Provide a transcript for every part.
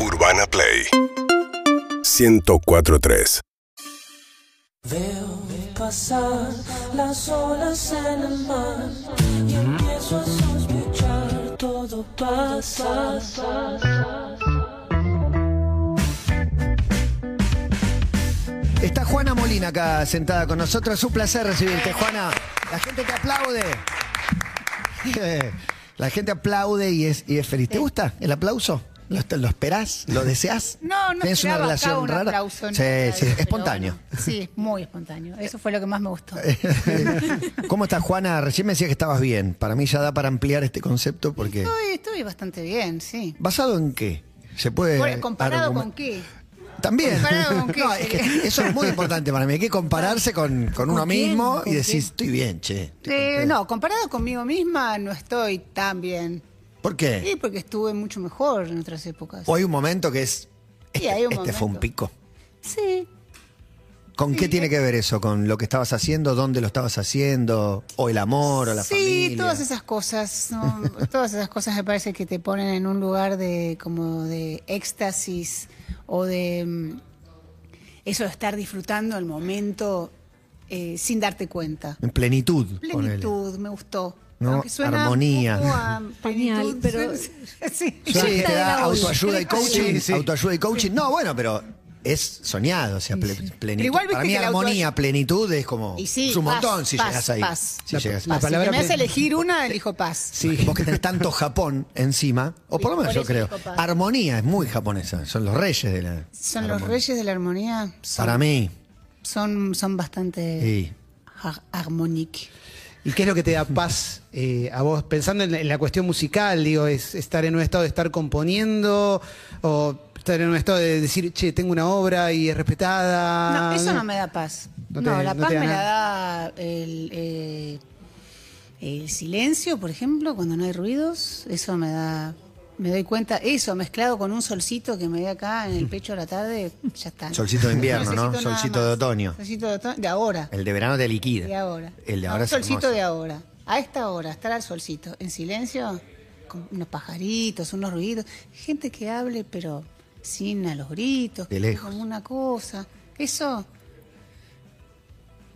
Urbana Play 1043 Veo pasar las olas en el mar y empiezo a sospechar todo pasa. Está Juana Molina acá sentada con nosotros. Es un placer recibirte, Juana. La gente te aplaude. La gente aplaude y es, y es feliz. ¿Te gusta el aplauso? ¿Lo, lo esperás? ¿Lo deseas? No, no ¿Tienes una esperaba acá relación un rara? aplauso, no sí, esperaba sí, eso, pero espontáneo. Eh, bueno, sí, muy espontáneo. Eso fue lo que más me gustó. ¿Cómo estás, Juana? Recién me decías que estabas bien. Para mí ya da para ampliar este concepto porque... Estoy, estoy bastante bien, sí. ¿Basado en qué? ¿Se puede Bueno, ¿Comparado argumen- con qué? También. ¿Comparado con qué? No, es que eso es muy importante para mí. Hay que compararse con, con uno mismo y decir, estoy bien, che. estoy Eh, contento". no, comparado conmigo misma no estoy tan bien. ¿Por qué? Sí, porque estuve mucho mejor en otras épocas. O hay un momento que es. Este, Sí, hay un este fue un momento. eh. pico. Sí, ¿Con qué tiene que ver eso? ¿Con lo que estabas haciendo? ¿Dónde lo estabas haciendo? ¿O el amor? ¿O la familia? sí, todas esas cosas, ¿no? todas esas cosas me parece que te ponen en un lugar de como de éxtasis o de mm, eso de estar disfrutando el momento eh, sin darte cuenta. En plenitud. ponele. Plenitud, me gustó. No, Aunque suena armonía. un poco a plenitud, Genial, pero- sí. Yo creo que te da autoayuda y pues coaching. Sí, sí. Autoayuda y coaching. No, bueno, pero es soñado. O sea, ple- plenitud. Pero igual viste Para mí, que la armonía, autoay- plenitud es como. Y sí, es un paz, montón si paz, llegas ahí. paz. si La- llegas. paz. la palabra Si me hace plenitud. elegir una, elijo paz. Sí. Vos que tenés tanto Japón encima, o por lo Por menos yo eso creo. digo paz. Armonía es muy japonesa, son los reyes de la. Son armonía. los reyes de la armonía. Son, Para mí. Son, son bastante Sí. ar- armonic. ¿Y qué es lo que te da paz eh, a vos? Pensando en la, en la cuestión musical, digo, es estar en un estado de estar componiendo o estar en un estado de decir, che, tengo una obra y es respetada. Ah, No, eso no me da paz. No No, te- la no paz te da me la nada. da el, eh, el silencio, por ejemplo, cuando no hay ruidos. Eso me da. Me doy cuenta, eso mezclado con un solcito que me da acá en el pecho a la tarde, ya está. Solcito de invierno, ¿no? necesito nada Solcito de más. otoño. Solcito de otoño, de ahora. El de verano te liquida. De ahora. El de No, ahora es solcito hermoso. de ahora. A esta hora, estar al solcito, en silencio, con unos pajaritos, unos ruidos, gente que hable, pero sin a los gritos, De lejos. como una cosa. Eso,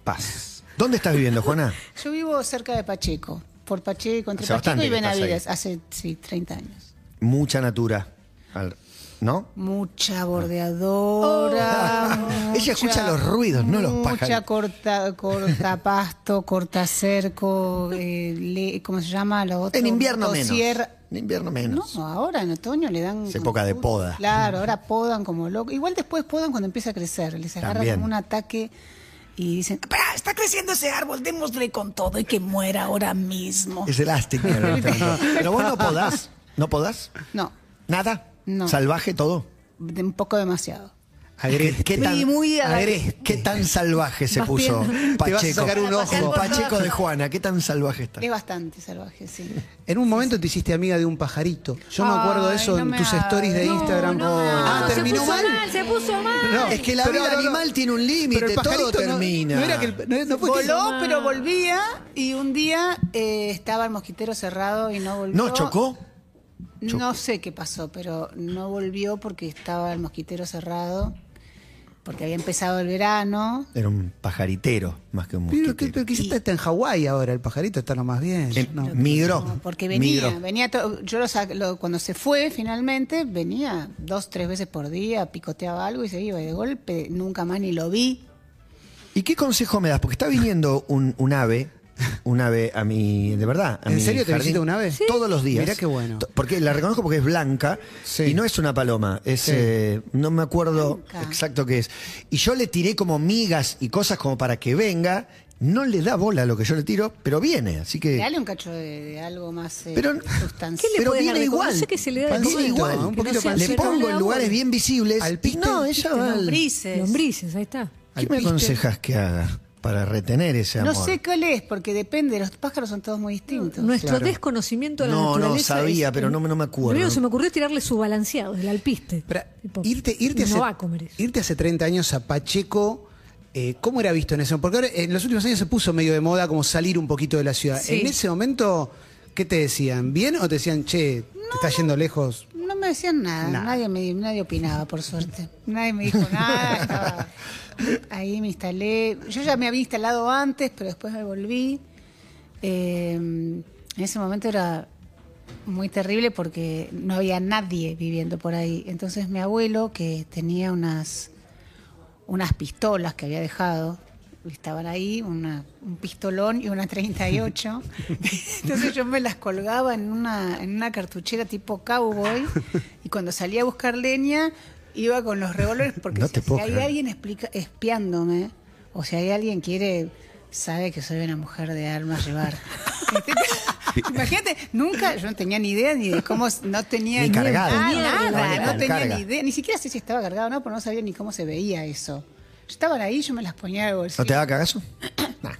Paz. ¿Dónde estás viviendo, Juana? yo vivo cerca de Pacheco, por Pacheco, entre Hace Pacheco bastante y que estás Benavides, hace sí, 30 años. Mucha natura. Al- ¿No? Mucha bordeadora. Ah. Ella escucha los ruidos, no los Mucha pájaros. corta, cortapasto, cortacerco, eh, le- ¿cómo se llama? Lo otro? En invierno menos. Dossier. En invierno No, menos. ahora en otoño le dan. Es época de poda. Claro, ahora podan como loco. Igual después podan cuando empieza a crecer. Les agarra También. como un ataque y dicen: "Pará, está creciendo ese árbol, démosle con todo y que muera ahora mismo. Es elástico. Pero vos no podás. ¿No podás? No, ¿Nada? No. ¿Salvaje todo? de- un poco demasiado. Agreste. ¿Qué tan, Muy, muy agreste. ¿Qué tan salvaje se puso Bastián. Pacheco? Te vas a sacar un ojo. El Pacheco de Juana, ¿qué tan salvaje está? Es bastante salvaje, sí. En un momento te hiciste amiga de un pajarito. Yo me acuerdo de Ay, eso no en me tus hagas. stories de No, Instagram. no, ah, no, terminó se puso mal. mal. Se puso mal. Es que la vida animal tiene un límite, pero el todo pajarito no- termina. No, era que el- no- no fue que- Voló, pero volvía y un día eh, estaba el mosquitero cerrado y no volvió. ¿No chocó? No sé qué pasó, pero no volvió porque estaba el mosquitero cerrado, porque había empezado el verano. Era un pajaritero más que un Pero, que- mosquitero. pero quizás está en Hawái ahora, el pajarito está nomás bien. Eh, No. Migró. Porque venía, migró. venía to- yo lo sa- lo- cuando se fue finalmente, venía dos, tres veces por día, picoteaba algo y se iba. Y de golpe nunca más ni lo vi. ¿Y qué consejo me das? Porque está viniendo un, un ave, un ave a mi, de verdad. a ¿En mi serio te jardín. visita un ave? Sí. Todos los días. Mirá qué bueno. To- Porque la reconozco porque es blanca Sí. y no es una paloma. Es, Sí. eh, no me acuerdo Blanca. exacto qué es. Y yo le tiré como migas y cosas como para que venga. No le da bola a lo que yo le tiro, pero viene. Así que. Dale un cacho de, de algo más eh, Pero- sustancial. ¿Qué le pero puede dar viene de comer? igual. No sé qué se le da de Pancito, comer. igual. un Que poquito sea Le pancito. cerdo. pongo No en le lugares da bien visibles. Al y piste. no, ella va. al- bola. Lombrices. Lombrices, ahí está. ¿Qué Al me piste. aconsejas que haga para retener ese amor? No sé cuál es, porque depende, los pájaros son todos muy distintos. Nuestro desconocimiento de la No, no, naturaleza sabía, es- pero no me- no me acuerdo. Lo primero que se me ocurrió es tirarle su balanceado, el alpiste. Pero, Tipo, irte, irte, no hace, va a comer eso. irte hace 30 años a Pacheco, eh, ¿cómo era visto en eso? Porque ahora, en los últimos años se puso medio de moda como salir un poquito de la ciudad. Sí. En ese momento, ¿qué te decían? ¿Bien o te decían, che, te estás yendo lejos? No me me decían nada, Nada. Nadie, me, nadie opinaba, por suerte. Nadie me dijo nada, estaba- ahí me instalé. Yo ya me había instalado antes, pero después me volví. Eh, en ese momento era muy terrible porque no había nadie viviendo por ahí. Entonces mi abuelo, que tenía unas, unas pistolas que había dejado, estaban ahí, una- un pistolón y una 38. Entonces yo me las colgaba en una, en una cartuchera tipo cowboy y cuando salía a buscar leña iba con los revólveres porque No si, te si puedo hay creer. alguien explica, espiándome o si hay alguien quiere sabe que soy una mujer de armas llevar. Imagínate, nunca yo no tenía ni idea ni de cómo no tenía Ni cargado. nada, Ni nada, cargado, no ni tenía carga. ni idea, ni siquiera sé si estaba cargado o no, porque no sabía ni cómo se veía eso. Yo estaban ahí, yo me las ponía de bolsillo. ¿No te daba cagazo? Nah.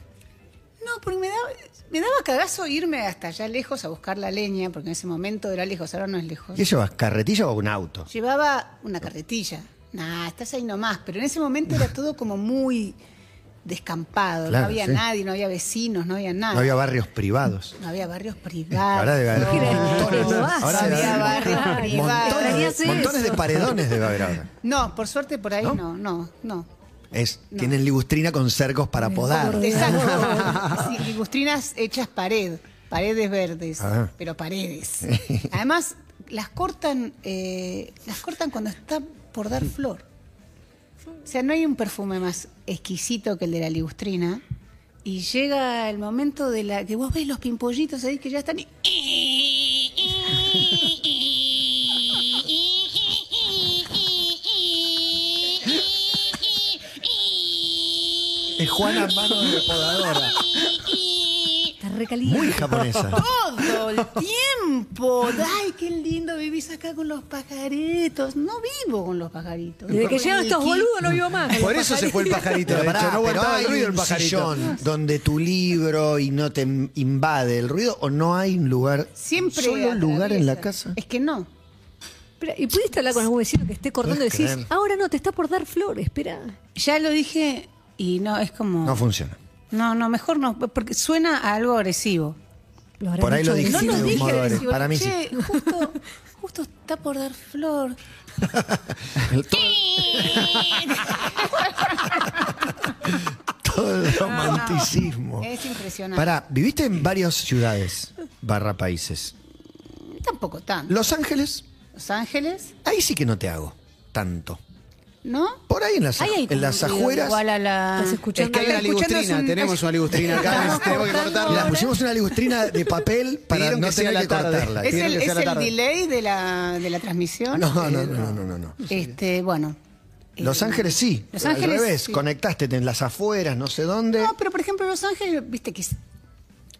No, porque me daba, me daba cagazo irme hasta allá lejos a buscar la leña, porque en ese momento era lejos, ahora no es lejos. ¿Y eso vas carretilla o un auto? Llevaba una carretilla. Nah, estás ahí nomás, pero en ese momento era todo como muy descampado, Claro, no había sí. nadie, no había vecinos, no había nada. No había barrios privados. No había barrios privados. Ahora debe haber Mira, montones, no vas, ahora debe había haber barrios montones de- privados. montones, de, Extrañas montones de eso. paredones debe haber ahora. No, por suerte por ahí ¿No? no, no, no. Es, Tienen ligustrina con cercos para podar. Exacto. Sí, ligustrinas hechas pared, paredes verdes, Ah. pero paredes. Además, las cortan, eh, las cortan cuando está por dar flor. O sea, no hay un perfume más exquisito que el de la ligustrina. Y llega el momento de la que vos ves los pimpollitos ahí que ya están y- Es Juana mano de podadora. Está recaliente. Muy japonesa. todo el tiempo. Ay, qué lindo vivís acá con los pajaritos. No vivo con los pajaritos. Desde que Con llegan el estos ki- boludos no vivo más. Por eso se fue el pajarito. Pero de hecho, pará, no pero aguantaba hay el ruido el un pajarito. sillón donde tu libro y no te invade el ruido o no hay un lugar, Siempre. solo lugar en la atraviesa. casa. Es que no. Espera, ¿Y pudiste hablar con algún vecino que esté cortando y Podés decís, creer. ahora no, te está por dar flor, espera? Ya lo dije y no, es como. No funciona. No, no, mejor no, porque suena a algo agresivo. Lo habrán Por ahí dicho lo de- dijiste No, no, de un dije. modo agresivo. agresivo. Para mí sí. Che, justo, justo está por dar flor. Todo el romanticismo. Ah, Es impresionante. Pará, viviste en varias ciudades barra países. Tampoco tanto. Los Ángeles, Los Ángeles, ahí sí que no te hago tanto. ¿no? Por ahí en las, Ahí hay en como las un ruido afueras. Igual a la... Estás Es escuchando. que hay una Escuchando ligustrina, es un- tenemos una ligustrina acá, Estamos tenemos que cortando cortarla. La pusimos una ligustrina de papel para Pidieron no que sea tener la que tarde. cortarla. ¿Es Tiene el, que ser es la el tarde. delay de la, de la transmisión? No, no, no, no, no, no. Este, bueno. Los Eh, Ángeles sí. Los Al Ángeles, revés, sí. conectaste en las afueras, no sé dónde. No, pero por ejemplo Los Ángeles, viste que es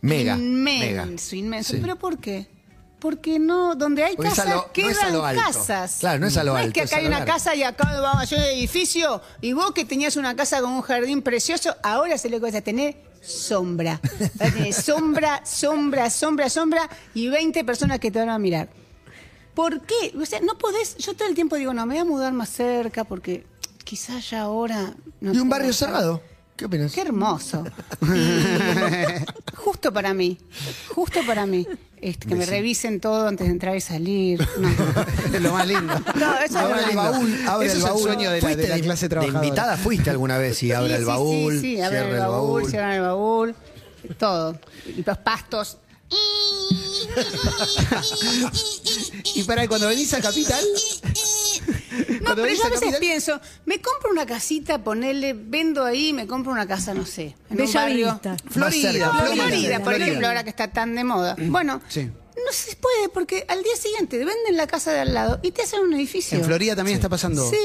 mega. Mega. inmenso, inmenso. Sí. ¿Pero por qué? Porque no, donde hay Porque es a casas, lo- no quedan es a lo alto. casas. Claro, no es a lo alto, que es a acá hay lo una largo. casa y acá vamos a hacer un edificio. Y vos que tenías una casa con un jardín precioso, ahora se le cuesta tener sombra. Ahora tenés sombra, sombra, sombra, sombra y 20 personas que te van a mirar. ¿Por qué? O sea, no podés. Yo todo el tiempo digo, no, me voy a mudar más cerca porque quizás ya ahora. no Y un sé, barrio no sé. cerrado. ¿Qué opinas? Qué hermoso. Y- justo para mí. Justo para mí. Este, que me revisen todo antes de entrar y salir. No. Es lo más lindo. No, eso es Abre lo el lindo. baúl, abre Eso el es baúl. sueño de la, Fuiste de la clase trabajadora. invitada fuiste alguna vez y abre Sí, el sí, baúl, Sí, sí, abren cierra el baúl, cierran el baúl. Todo. Y los pastos. Y para cuando venís a Capital, No, Cuando pero venís yo a a veces Capital- pienso, me compro una casita, ponele, vendo ahí, me compro una casa, no sé. En un Bella barrio. Vista. Florida, Más cerca, Ah, Florida, Florida, Florida. por ejemplo, ahora que está tan de moda. Bueno, Sí. no se puede porque al día siguiente te venden la casa de al lado y te hacen un edificio. en Florida también está pasando. Sí.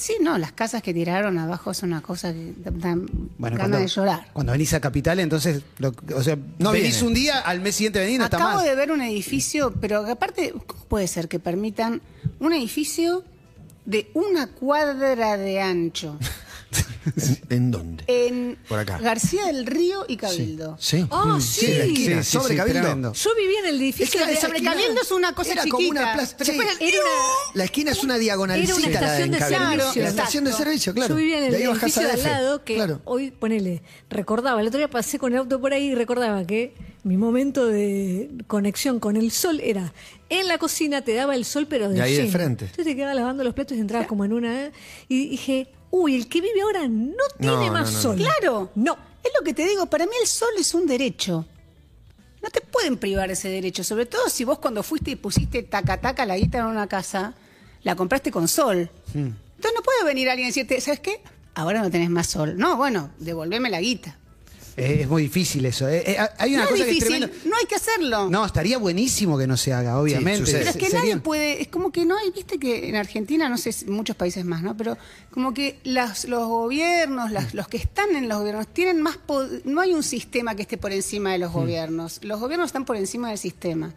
Sí, no, las casas que tiraron abajo es una cosa que da- dan ganas de llorar. Cuando venís a Capital, entonces, lo- o sea, No venís viene. un día, al mes siguiente venís, no está Acabo más. de ver un edificio, pero aparte, ¿cómo puede ser que permitan un edificio de una cuadra de ancho? ¿En, en dónde? En Por acá. García del Río y Cabildo. Sí. Ah, Mm. sí. en la esquina, Sí, sí, sobre sí, Cabildo. tremendo. Yo vivía en el Es que edificio. la de- esquina Sobrecabildo es una cosa era Como chiquita, una plaza. pero sí, después el- Era una- la esquina es una diagonalcita era una la estación de Encabildo. servicio. La estación de Exacto. servicio, claro. Yo vivía en el De ahí bajás edificio a de al DF, lado que claro. hoy, ponele, recordaba, el otro día pasé con el auto por ahí y recordaba que mi momento de conexión con el sol era en la cocina, te daba el sol, pero de, De ahí de lleno. frente. Entonces te quedaba lavando los platos y entrabas como en una. ¿eh? Y dije, uy, el que vive ahora no tiene no, más no, no. sol. Claro. No. Es lo que te digo, para mí el sol es un derecho. No te pueden privar ese derecho, sobre todo si vos cuando fuiste y pusiste taca taca la guita en una casa, la compraste con sol. Entonces no puede venir alguien y decirte, ¿sabes qué? Ahora no tenés más sol. No, bueno, devolveme la guita. Eh, es muy difícil eso. Eh, eh, hay una no es cosa que es difícil, tremenda. no hay que hacerlo. No, estaría buenísimo que no se haga, obviamente. sucede. Pero es Se- que sería- nadie puede, es como que no hay, viste que en Argentina, no sé, si- muchos países más, ¿no? Pero como que las, los gobiernos, las- los que están en los gobiernos, tienen más, po- no hay un sistema que esté por encima Mm. de los gobiernos, los gobiernos están por encima del sistema.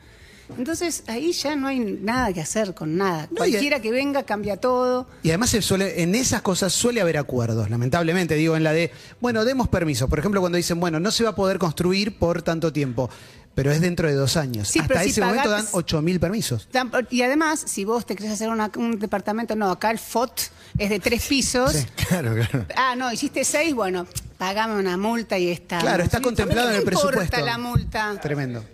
Entonces ahí ya no hay nada que hacer con nada. No, y- Cualquiera que venga cambia todo. Y además se suele, en esas cosas suele haber acuerdos, lamentablemente, digo, en la de, bueno, demos permiso. Por ejemplo, cuando dicen, bueno, no se va a poder construir por tanto tiempo, pero es dentro de dos años. Sí, Hasta pero si ese momento dan pagás- 8.000 permisos. Tampo- Y además, si vos te querés hacer una- un departamento, no, acá el FOT es de tres pisos. Sí, claro, claro. Ah, no, hiciste seis, bueno, pagame una multa y está. Claro, está Sí, contemplado ¿a mí en el qué me presupuesto. importa la multa? Tremendo.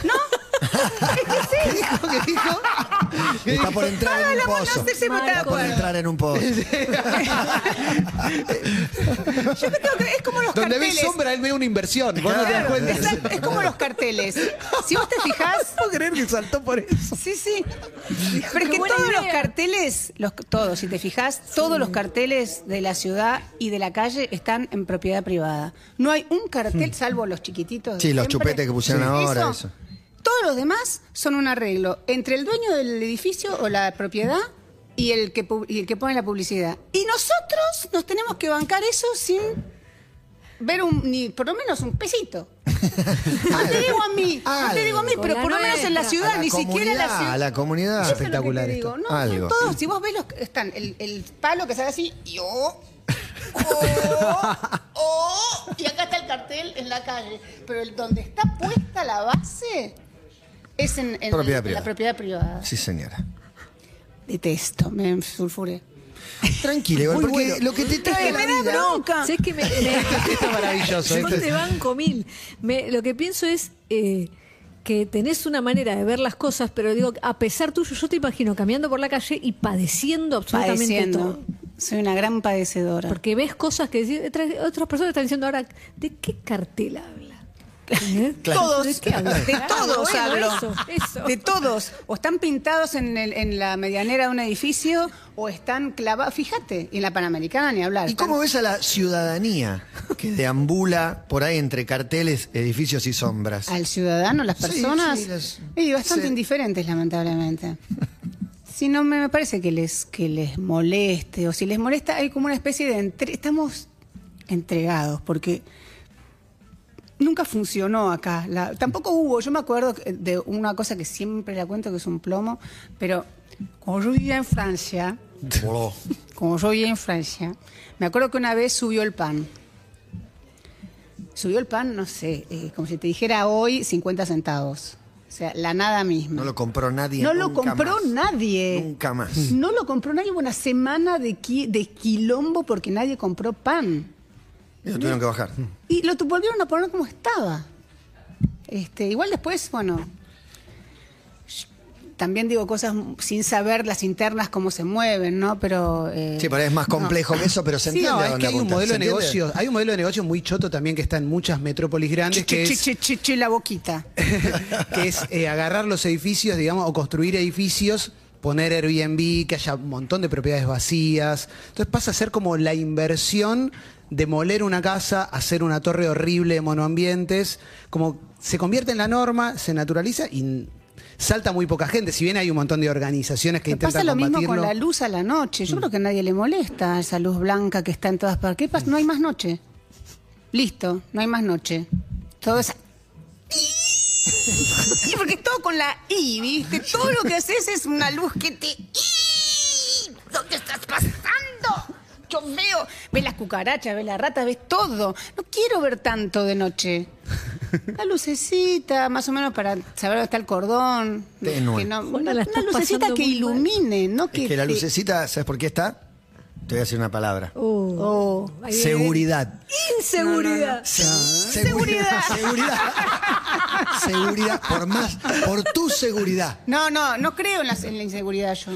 ¿Qué es eso? ¿Qué dijo? ¿Qué Está dijo? por entrar en un Hágalo, pozo. no sé si me Marco. Está por entrar en un pozo. Yo me tengo que- es como los Donde ve carteles. sombra, él ve una inversión. Vos no te das Claro, cuenta. exacto, es como los carteles. Si vos te fijás, puedo creer que saltó por eso. sí, sí. Pero es Qué que buena todos los idea. carteles, los, todos, si te fijás, todos los carteles de la ciudad y de la calle están en propiedad privada. No hay un Hmm. cartel, salvo los chiquititos. de Sí, los siempre. chupetes que pusieron ahora, eso. Todos los demás son un arreglo entre el dueño del edificio o la propiedad y el que, pu- y el que pone la publicidad. Y nosotros nos tenemos que bancar eso sin ver un, ni por lo menos un pesito. No Ah, te digo a mí, no te digo a mí, Con pero la por lo menos en la nuestra. A ciudad, la ni siquiera en la comunidad, ciudad. a la comunidad. Eso es lo que te Espectacular digo, esto. No, son Ah, Algo. todos, si vos ves los están el, el palo que sale así, yo, oh, oh, y acá está el cartel en la calle, pero el donde está puesta la base es en, en- Propiedad en privada. la propiedad privada. Sí, señora. Detesto, me sulfuré. Tranquila, igual, Muy porque bueno. lo que te Es trae que la me da vida... bronca. Sé que me, Esto es maravilloso, Yo esto es- te banco mil. Me- lo que pienso es eh, que tenés una manera de ver las cosas, pero digo, a pesar tuyo, yo te imagino caminando por la calle y padeciendo absolutamente Padeciendo. todo. Soy una gran padecedora. Porque ves cosas que decís- otras, otras personas están diciendo ahora, ¿de qué cartel habla? ¿Eh? Todos, ¿De qué habla? de Ah, todos bueno, hablo. eso, eso. De todos. O están pintados en, el- en la medianera de un edificio o están clavados. Fíjate, y en la Panamericana ni hablar. ¿Y Están- cómo ves a la ciudadanía que deambula por ahí entre carteles, edificios y sombras? Al ciudadano, las Sí, personas. sí, las- y bastante sí. indiferentes, lamentablemente. Si no me me parece que les, que les moleste, o si les molesta, hay como una especie de. entre- estamos entregados, porque nunca funcionó acá. La- tampoco hubo, yo me acuerdo que- de una cosa que siempre la cuento, que es un plomo, pero cuando yo vivía en Francia, Voló. como yo vivía en Francia, me acuerdo que una vez subió el pan. Subió el pan, no sé, eh, como si te dijera hoy 50 centavos. O sea, la nada misma. No lo compró nadie. No lo nunca compró más. nadie. Nunca más. No lo compró nadie. Hubo una semana de, qui- de quilombo porque nadie compró pan. Y lo tuvieron que bajar. Y lo tu- volvieron a poner como estaba. Este, igual después, bueno. sh- También digo cosas sin saber las internas cómo se mueven, ¿no? Pero. eh, Sí, pero es más complejo que eso, pero se Sí, entiende no, a es dónde que hay un apunta, modelo ¿se de entiende? negocio, hay un modelo de negocio muy choto también que está en muchas metrópolis grandes, Che, que che, es, che, che, che, la boquita. que es eh, agarrar los edificios, digamos, o construir edificios, poner Airbnb, que haya un montón de propiedades vacías. Entonces pasa a ser como la inversión, demoler una casa, hacer una torre horrible de monoambientes, como se convierte en la norma, se naturaliza y salta muy poca gente, si bien hay un montón de organizaciones que Pero intentan pasa lo mismo con combatirlo. Mm. la luz a la noche. Yo creo que a nadie le molesta esa luz blanca que está en todas partes. ¿Qué pasa? No hay más noche. Listo, no hay más noche. Todo es. Y porque es todo con la I, ¿viste? Todo lo que haces es una luz que te. I. ¿Dónde estás pasando? yo veo, ves las cucarachas, ves las ratas, ves todo. No quiero ver tanto de noche. La lucecita, más o menos para saber dónde está el cordón. Tenue. Que no- Bueno, una, una la estás lucecita pasando que muy mal. ilumine, no que, Es que la te- lucecita, ¿sabes por qué está? Te voy a decir una palabra. Oh, ahí viene. Seguridad. Inseguridad. Seguridad. Seguridad. Seguridad. Por más, por tu seguridad. No, no, no creo en la, en la inseguridad yo.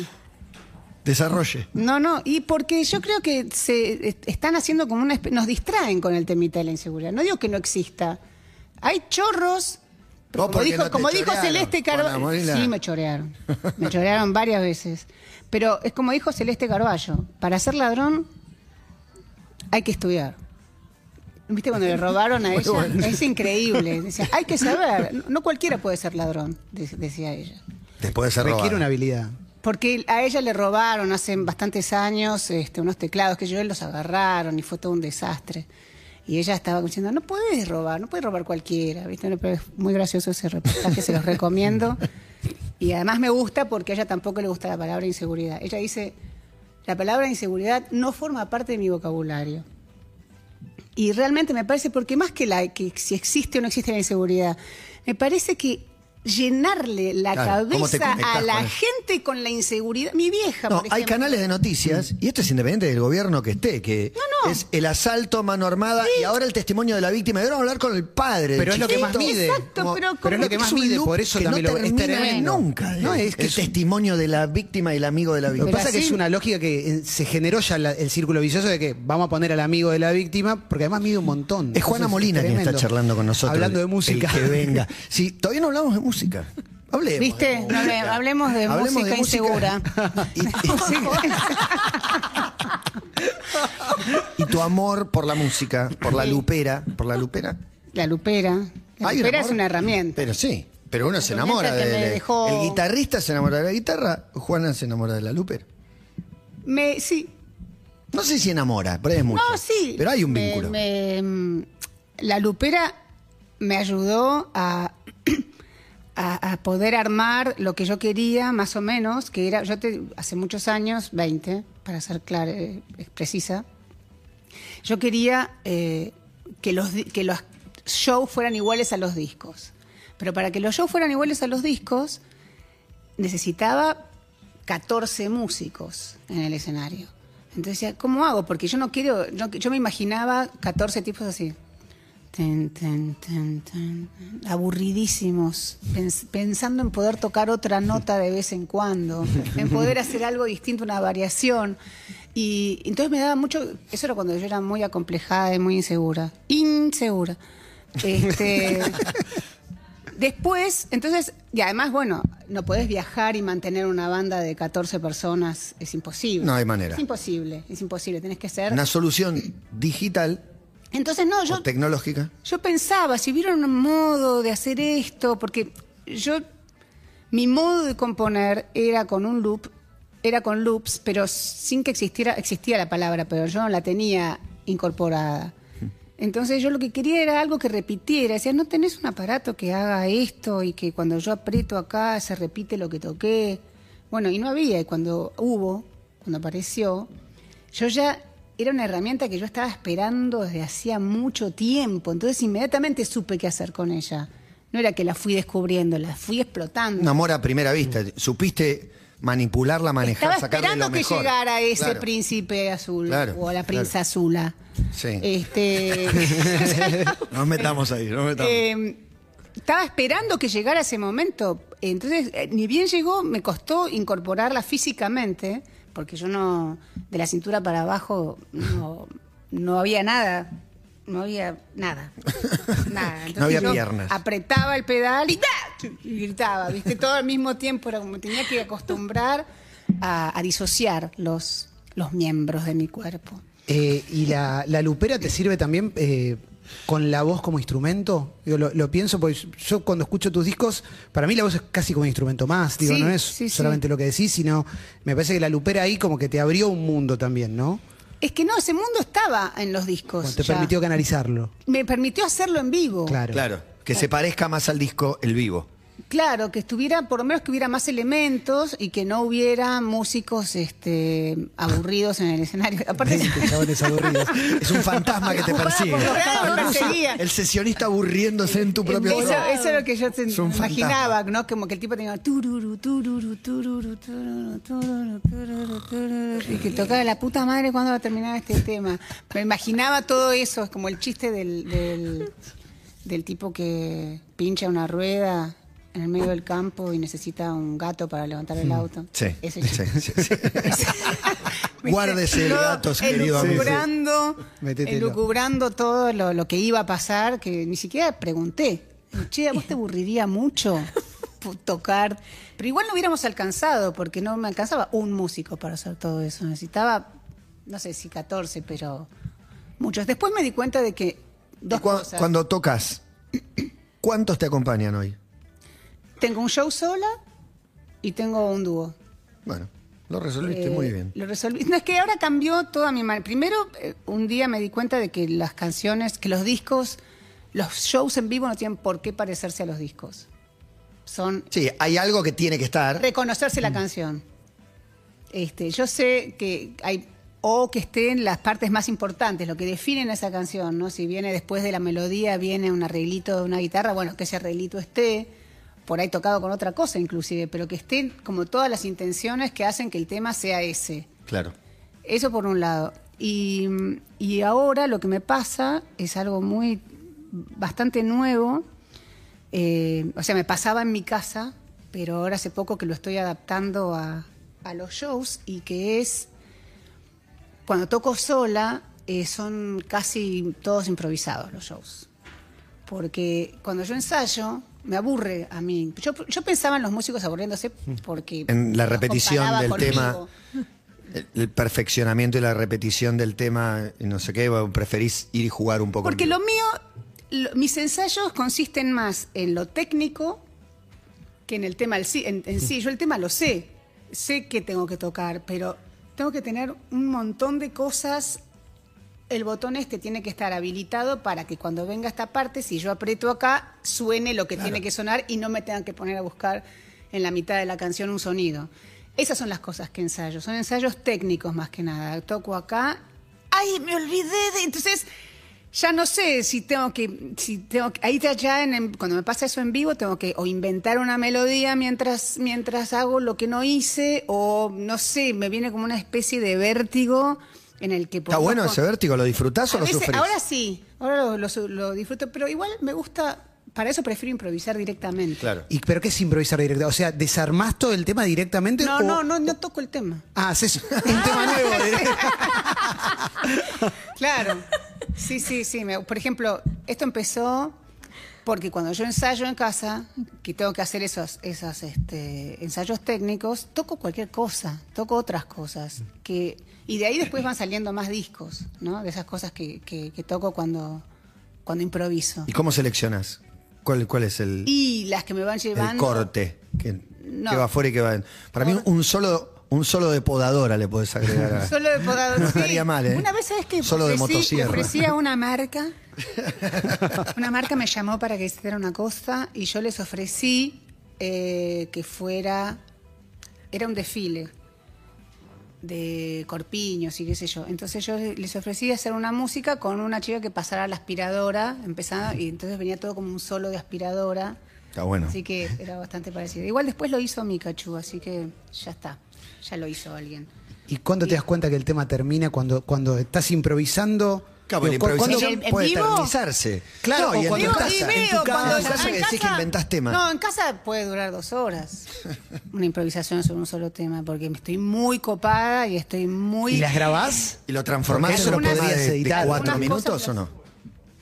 Desarrolle. No, no, y porque yo creo que se est- están haciendo como una espe- nos distraen con el temita de la inseguridad. No digo que no exista. Hay chorros, pero Vos como porque dijo, no te como dijo chorearon, Celeste Carballo. Juana Molina. Sí, me chorearon. Me chorearon varias veces. Pero es como dijo Celeste Carballo, para ser ladrón hay que estudiar. ¿Viste cuando le robaron a ella? Es increíble. Decía, hay que saber. No- No cualquiera puede ser ladrón, de- decía ella. Después de ser Requiere robado. una habilidad. Porque a ella le robaron hace bastantes años este, unos teclados que yo él los agarraron y fue todo un desastre. Y ella estaba diciendo, no puedes robar, no puedes robar cualquiera, ¿viste? No, Pero es muy gracioso ese reportaje, se los recomiendo. Y además me gusta porque a ella tampoco le gusta la palabra inseguridad. Ella dice, la palabra inseguridad no forma parte de mi vocabulario. Y realmente me parece, porque más que, la, que si existe o no existe la inseguridad, me parece que llenarle la Claro, ¿cómo te cabeza a conectás la con eso? gente con la inseguridad. Mi vieja, No, por hay ejemplo. canales de noticias, y esto es independiente del gobierno que esté, que no. es el asalto mano armada y ahora el testimonio de la víctima. Y ahora vamos a hablar con el padre. del Pero es lo que chiquito. más mide. Exacto, pero ¿cómo? es lo que más un mide, loop por eso que también no lo este es termina tremendo. nunca. eh. No, es que el eh. es- testimonio de la víctima y el amigo de la Lo que víctima. pasa es que es una lógica que eh, se generó ya la- el círculo vicioso de que vamos a poner al amigo de la víctima, porque además mide un montón. Es Juana Entonces, Molina quien está tremendo. charlando con nosotros. Hablando de el- música. el que venga. Sí, todavía no hablamos de música. Hablemos. ¿Viste? No, hable- hablemos de Hablemos música de música. insegura. Y tu amor por la música, por la lupera, por la lupera. la lupera. La Hay un lupera amor. es una herramienta. Pero sí, pero uno se enamora herramienta de, que me de- dejó- El guitarrista se enamora de la guitarra, Juana se enamora de la lupera. Me, sí, No sé si enamora, pero es mucho. No, sí. Pero hay un Me- vínculo. me, mm, la lupera me ayudó a, a, a poder armar lo que yo quería, más o menos, que era, yo te- hace muchos años, 20, para ser clara, eh, precisa, yo quería eh, que, los, di- que los shows fueran iguales a los discos. Pero para que los shows fueran iguales a los discos, necesitaba 14 músicos en el escenario. Entonces decía, ¿cómo hago? Porque yo no quiero, yo, yo me imaginaba 14 tipos así. Ten, ten, ten, ten, ten, aburridísimos, pens- pensando en poder tocar otra nota de vez en cuando, en poder hacer algo distinto, una variación. Y entonces me daba mucho, eso era cuando yo era muy acomplejada y muy insegura, insegura. Este, Después, entonces, y además, bueno, no podés viajar y mantener una banda de 14 personas, es imposible. No hay manera. Es imposible, es imposible, tenés que ser... Una solución digital Entonces, no, yo... o tecnológica. Yo pensaba, si hubiera un modo de hacer esto, porque yo, mi modo de componer era con un loop, era con loops, pero sin que existiera, existía la palabra, pero yo no la tenía incorporada. Entonces yo lo que quería era algo que repitiera, decía, no tenés un aparato que haga esto y que cuando yo aprieto acá se repite lo que toqué. Bueno, y no había, y cuando hubo, cuando apareció, yo ya era una herramienta que yo estaba esperando desde hacía mucho tiempo, entonces inmediatamente supe qué hacer con ella. No era que la fui descubriendo, la fui explotando. Un amor a primera vista. Supiste manipularla, manejar, Estaba sacarle esperando lo que mejor. llegara ese Claro. príncipe azul Claro, o la claro. princesa azula. Sí. Este, No metamos ahí, no metamos. eh, estaba esperando que llegara ese momento. Entonces, eh, ni bien llegó, me costó incorporarla físicamente, porque yo no, de la cintura para abajo, no, no había nada. No había nada. nada. Entonces había yo piernas. Apretaba el pedal y, ¡ah! y gritaba, ¿viste? Todo al mismo tiempo. Era como tenía que acostumbrar a, a disociar los, los miembros de mi cuerpo. Eh, ¿Y la, la lupera te sirve también eh, con la voz como instrumento? Digo, lo, lo pienso porque yo- yo cuando escucho tus discos, para mí la voz es casi como un instrumento más, digo, Sí, no es sí, sí. solamente lo que decís, sino me parece que la lupera ahí como que te abrió un mundo también, ¿no? Es que no, ese mundo estaba en los discos. Cuando te ya. permitió canalizarlo. me permitió hacerlo en vivo. Claro. eh. Claro, que se parezca más al disco el vivo. Claro, que estuviera, por lo menos que hubiera más elementos y que no hubiera músicos este, aburridos en el escenario. Aparte, Veinte chabones aburridos. Es un fantasma que te Ocupada persigue. por los Claro, me perseguía. El sesionista aburriéndose en tu propio Eso, dolor. eso es lo que yo te Es un imaginaba, ¿no? Como que el tipo tenía tururu, tururu, tururu, tururu, tururu, tururu, tururu, y que tocaba la puta madre cuando va a terminar este tema. Me imaginaba todo eso, es como el chiste del, del, del tipo que pincha una rueda en el medio del campo y necesita un gato para levantar el auto. Mm. Sí, Ese sí, sí, chiste. sí. ¿Viste? Guárdese el Todo gato, querido amigo. Elucubrando, Métetelo. elucubrando todo lo, lo que iba a pasar, que ni siquiera pregunté. Che, ¿a vos te aburriría mucho pu- tocar? Pero igual no hubiéramos alcanzado, porque no me alcanzaba un músico para hacer todo eso. Necesitaba, no sé si 14, pero muchos. Después me di cuenta de que dos Cu- cosas. Cuando tocas, ¿cuántos te acompañan hoy? Tengo un show sola y tengo un dúo. Bueno, lo resolviste Eh, muy bien. Lo resolví. No, es que ahora cambió toda mi manera. Primero, eh, un día me di cuenta de que las canciones, que los discos, los shows en vivo no tienen por qué parecerse a los discos. Son Sí, hay algo que tiene que estar. reconocerse Mm. la canción. Este, yo sé que hay o que estén las partes más importantes, lo que definen esa canción, ¿no? Si viene después de la melodía, viene un arreglito de una guitarra, bueno, que ese arreglito esté, por ahí tocado con otra cosa inclusive, pero que estén como todas las intenciones que hacen que el tema sea ese. Claro. Eso por un lado. Y, y ahora lo que me pasa es algo muy bastante nuevo. Eh, o sea, me pasaba en mi casa, pero ahora hace poco que lo estoy adaptando a, a los shows y que es cuando toco sola eh, son casi todos improvisados los shows. Porque cuando yo ensayo, me aburre a mí. Yo, yo pensaba en los músicos aburriéndose porque... Mm. En la los repetición comparaba del tema. conmigo. El, el perfeccionamiento y la repetición del tema, y no sé qué, bueno, preferís ir y jugar un poco. Porque en- lo mío, lo- mis ensayos consisten más en lo técnico que en el tema al sí- en, en sí. Yo el tema lo sé, sé que tengo que tocar, pero tengo que tener un montón de cosas. El botón este tiene que estar habilitado para que cuando venga esta parte, si yo aprieto acá, suene lo que tiene que sonar y no me tengan que poner a buscar en la mitad de la canción un sonido. Esas son las cosas que ensayo, son ensayos técnicos más que nada. Toco acá, ay, me olvidé de... Entonces, ya no sé si tengo que, si tengo que- ahí de allá, en- en- cuando me pasa eso en vivo, tengo que o inventar una melodía mientras, mientras hago lo que no hice, o no sé, me viene como una especie de vértigo en el que... por ¿Está más bueno con- ese vértigo? ¿Lo disfrutás o A lo veces- sufrís? Ahora sí, ahora lo, lo su- lo disfruto, pero igual me gusta, para eso prefiero improvisar directamente. Claro. ¿Y pero qué es improvisar directamente? O sea, ¿desarmás todo el tema directamente? No, o- no, no, no toco el tema. Ah, haces un tema nuevo. ¿eh? Claro. Sí, sí, sí. Me- por ejemplo, esto empezó porque cuando yo ensayo en casa, que tengo que hacer esos, esos este, ensayos técnicos, toco cualquier cosa, toco otras cosas. Que, y de ahí después van saliendo más discos, ¿no? De esas cosas que, que- que toco cuando, cuando improviso. ¿Y cómo seleccionás? ¿Cuál, cuál es el, Y las que me van el llevando. corte que, No. que va afuera y que va en- Para mí, un solo, un solo de podadora le podés agregar. a- Solo de podador. No sí. estaría mal, ¿eh? Una vez es que Solo de motosierra. ofrecí a una marca. Una marca me llamó para que hiciera una cosa y yo les ofrecí eh, que fuera. Era un desfile de corpiños y qué sé yo. Entonces yo les ofrecí hacer una música con una chica que pasara la aspiradora, empezando, y entonces venía todo como un solo de aspiradora. Está bueno. Así que era bastante parecido. Igual después lo hizo Mikachu, así que ya está. Ya lo hizo alguien. ¿Y cuándo te das cuenta que el tema termina? Cuando, cuando estás improvisando. Claro, la Digo, ¿cu- cuándo- improvisación ¿En- en puede vivo? eternizarse. Claro, No, y en cuando tu estás casa, en en tu casa, cuando- en tu casa ah, que en decís que casa- inventás temas. No, en casa puede durar dos horas. Una improvisación sobre un solo tema, porque estoy muy copada y estoy muy. ¿Y las grabás? ¿Y lo transformás Porque en un algunas- tema de, de algunas cuatro cosas minutos las- o no?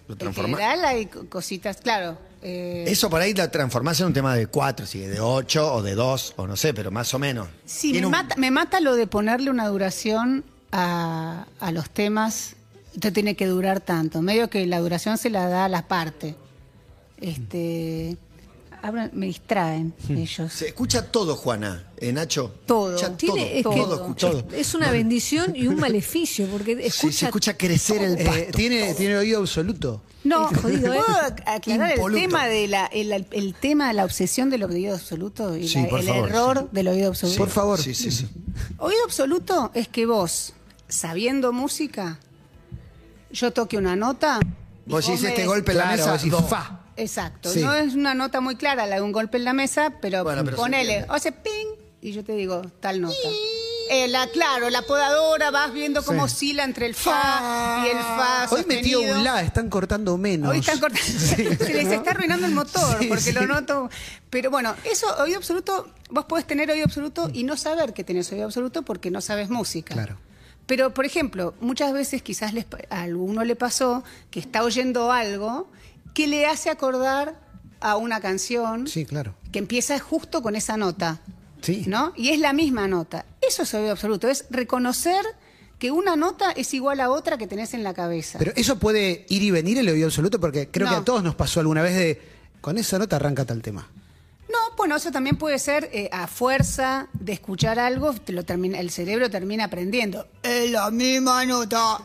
¿Lo en transformás? general hay co- cositas, claro. eh, Eso por ahí la transformás en un tema de cuatro, sí, de ocho o de dos, o no sé, pero más o menos. Sí, Tiene me, un- mata, me mata lo de ponerle una duración a, a los temas. Esto tiene que durar tanto. Medio que la duración se la da a la parte. Este, hablan- me distraen ellos. Se escucha todo, Juana, eh, Nacho. Todo. Escucha Tiene- es todo, que- todo escucha. Es una bendición y un maleficio, porque Sí, escucha. se escucha crecer el Eh, pasto. tiene, tiene oído absoluto. No, Es jodido, ¿eh? ¿puedo aclarar el Impoluto. tema, de la, el, el tema de la obsesión del oído absoluto y Sí, la- por el favor, error sí. del oído absoluto? Sí, Por favor. Sí, sí, sí. Oído absoluto es que vos, sabiendo música, yo toque una nota. y Vos decís me este des- golpe en la Claro, mesa. decís, do. fa. Exacto. Sí. No es una nota muy clara, la de un golpe en la mesa, pero, Bueno, pero se ponele, entiende. o sea, ping, y yo te digo tal nota. Eh, la, claro, la podadora, vas viendo cómo Sí. oscila entre el fa, y el fa. Hoy metió Ah, sostenido. un la, están cortando menos. Hoy están cortando. se les está arruinando el motor, Sí, porque sí. lo noto. Pero bueno, eso, oído absoluto, vos podés tener oído absoluto y no saber que tenés oído absoluto porque no sabes música. Claro. Pero, por ejemplo, muchas veces quizás les, a alguno le pasó que está oyendo algo que le hace acordar a una canción Sí, claro. que empieza justo con esa nota. Sí. ¿No? Y es la misma nota. Eso es oído absoluto, es reconocer que una nota es igual a otra que tenés en la cabeza. Pero eso puede ir y venir el oído absoluto, porque creo No. que a todos nos pasó alguna vez de. Con esa nota arranca tal tema. No, bueno, eso también puede ser eh, a fuerza de escuchar algo, te lo termina, el cerebro termina aprendiendo. Es la misma nota,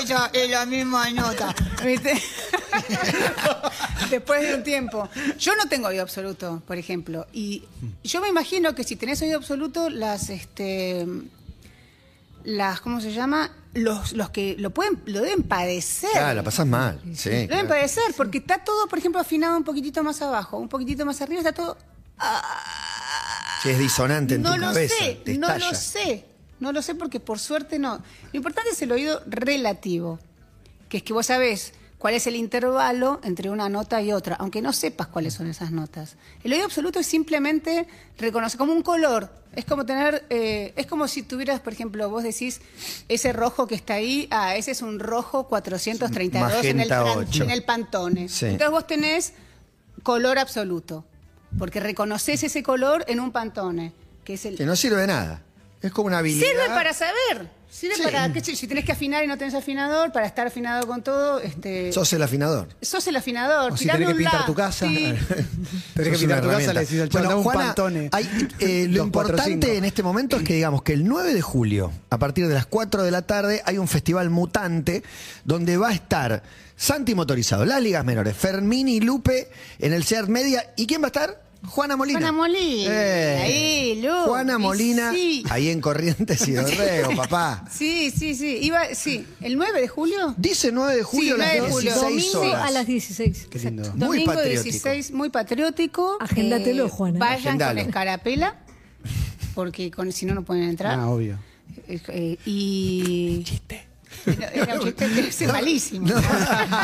ella es la misma nota. ¿Viste? Después de un tiempo. Yo no tengo oído absoluto, por ejemplo. Y yo me imagino que si tenés oído absoluto, las este las, ¿cómo se llama? Los, los que lo pueden, lo deben padecer. Claro, la pasás mal. Sí. Deben claro. padecer, porque está todo, por ejemplo, afinado un poquitito más abajo, un poquitito más arriba, está todo. Sí, es disonante en no tu lo cabeza. te sé, no estalla. lo sé. No lo sé porque por suerte no. Lo importante es el oído relativo, que es que vos sabés cuál es el intervalo entre una nota y otra, aunque no sepas cuáles son esas notas. El oído absoluto es simplemente reconocer como un color. Es como tener, eh, es como si tuvieras, por ejemplo, vos decís, ese rojo que está ahí, ah, ese es un rojo 432 en el, Magenta Fran- ocho. en el Pantone. Sí. Entonces vos tenés color absoluto, porque reconoces ese color en un Pantone, que es el... Que no sirve de nada. Es como una habilidad. Sirve para saber. Sirve Sí. para, qué sé yo, si tenés que afinar y no tenés afinador, para estar afinado con todo, este. Sos, Sos el afinador. el afinador. O si tirame tenés un que pintar la. tu casa. Sí. Tenés que Sos una pintar tu casa, herramienta. le decís al chabón, Bueno, dame un Juana, pantone. hay, eh, lo Dos, cuatro, importante cinco. en este momento es que digamos que el 9 de julio, a partir de las 4 de la tarde, hay un festival mutante donde va a estar Santi Motorizado, las ligas menores, Fermín y Lupe en el Seat Media. ¿Y quién va a estar? Juana Molina. Eh. Juana Molina. Ahí, Lu. Juana Y Molina, sí. ahí en Corrientes y Dorrego, papá. sí, sí, sí. Iba, sí. El 9 de julio. Dice 9 de julio Sí, a las 9 de julio. 16 Domingo horas. a las 16. Qué este lindo. Exacto. Muy Domingo patriótico. 16, muy patriótico. eh, Agéndatelo, Juana. Vayan Agendalo. con escarapela, porque con, si no, no pueden entrar. Ah, obvio. Eh, eh, y. Chiste. Era un chiste pero ese es malísimo.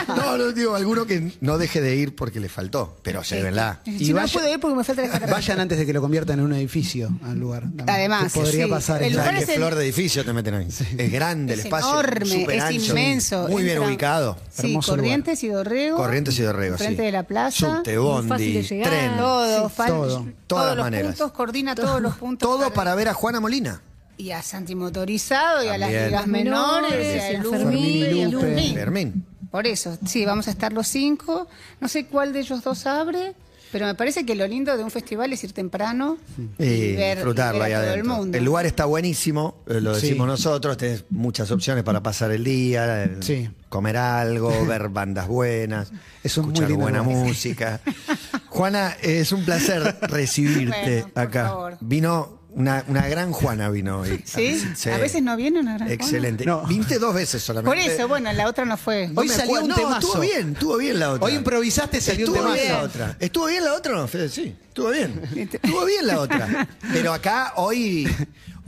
No, no, no, digo, alguno que no deje de ir porque le faltó, pero llévenla. Si Y no vaya- puedo ir porque me falta la escarapela. Vayan antes de que lo conviertan en un edificio al lugar. también. Además, Que podría sí. pasar. El eso. lugar Ay, es qué el- flor de edificio te meten ahí. Es grande el Es espacio. enorme, súper es ancho, inmenso. Muy bien Entra- ubicado. Sí, Hermoso Corrientes y Dorrego. Corrientes y Dorrego, sí. Frente de la plaza. Subte, Muy fácil bondi, de llegar. tren. Todo, Sí, fal- todo. Todas todos las los maneras. puntos, coordina todos los puntos. Todo para ver a Juana Molina. Y a Santi Motorizado y a las También. ligas menores, y Menores, a y a Lupe, Fermín, y a Lupe. Lupe. Fermín. Por eso, sí, vamos a estar los cinco. No sé cuál de ellos dos abre, pero me parece que lo lindo de un festival es ir temprano Y y ver, eh, disfrutarlo y ver ahí a todo adentro. el mundo. lugar está buenísimo, eh, lo Sí. decimos nosotros. Tenés muchas opciones para pasar el día, eh, Sí. comer algo, ver bandas buenas, Es un muy escuchar lindo buena lugar. música. Juana, eh, es un placer recibirte Bueno, por acá. favor. Vino una, una gran Juana, vino hoy. ¿Sí? Sí. A veces no viene una gran Excelente. No. Vinte dos veces solamente. Por eso, bueno, la otra no fue. No Hoy me salió acuerdo- un no, temazo. Estuvo bien, estuvo bien la otra. Hoy improvisaste, salió un Estuvo temazo. bien la otra. ¿Estuvo bien la otra o no, Fede? Sí, estuvo bien. Este- Estuvo bien la otra. Pero acá hoy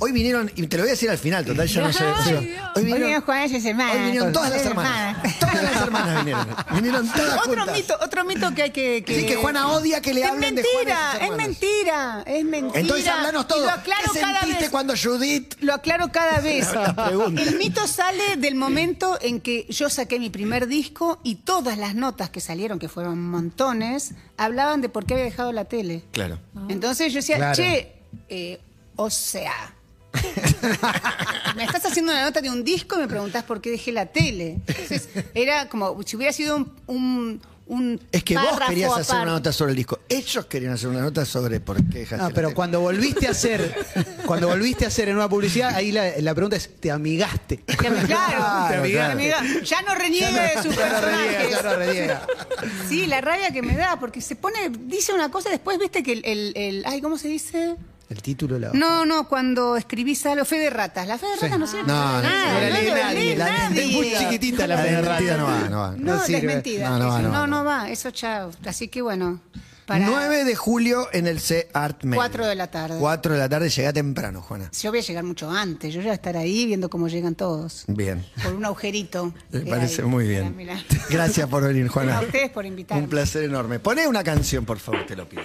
hoy vinieron, y te lo voy a decir al final, total, ya no sé. Ay, Hoy Dios. Hoy vinieron, vinieron Juana y sus hermanas. hoy vinieron todas las Sus hermanas. Todas las hermanas vinieron. Vinieron todas Otro juntas. mito, otro mito que hay que... Sí, que Juana odia que le es hablen de mentira, Juana y sus Es hermanas. mentira, es mentira. Entonces hablanos Y todo. Lo aclaro ¿Qué cada sentiste vez. cuando Judith? Lo aclaro cada vez. La pregunta. El mito sale del momento en que yo saqué mi primer disco y todas las notas que salieron, que fueron montones, hablaban de por qué había dejado la tele. Claro. Entonces yo decía, Claro. che, eh, o sea, me estás haciendo una nota de un disco y me preguntás por qué dejé la tele. Entonces, era como si hubiera sido un, un- un Es que vos párrafo querías hacer una aparte. nota sobre el disco. Ellos querían hacer una nota sobre por qué dejaste No, la pero tele. cuando volviste a hacer, cuando volviste a hacer en una publicidad, ahí la, la pregunta es, ¿te amigaste? Claro, Te amigaste. amiga, ya no reniegue de sus Ya no reniega, personajes. ya no reniega. Sí, la rabia que me da, porque se pone, dice una cosa, después viste que el, el- el- ay, ¿cómo se dice? El título la No, no, cuando escribís algo, fe de ratas. La fe de ratas no sirve No, para no, nada, no la lo lee nadie, lee la- es muy chiquitita la La fe de rata. desmentida no va, no va. No, No sirve. desmentida. No, no va, Eso- no va, no no va, eso chao. Así que bueno, para 9 de julio en el C Art Media. Cuatro de la tarde. 4 de la tarde, llega temprano, Juana. yo voy a llegar mucho antes, yo voy a estar ahí viendo cómo llegan todos, Bien. por un agujerito. Me que parece hay. muy bien. Mirá, mirá. Gracias por venir, Juana. A ustedes por invitarme. Un placer enorme. Poné una canción, por favor, te lo pido.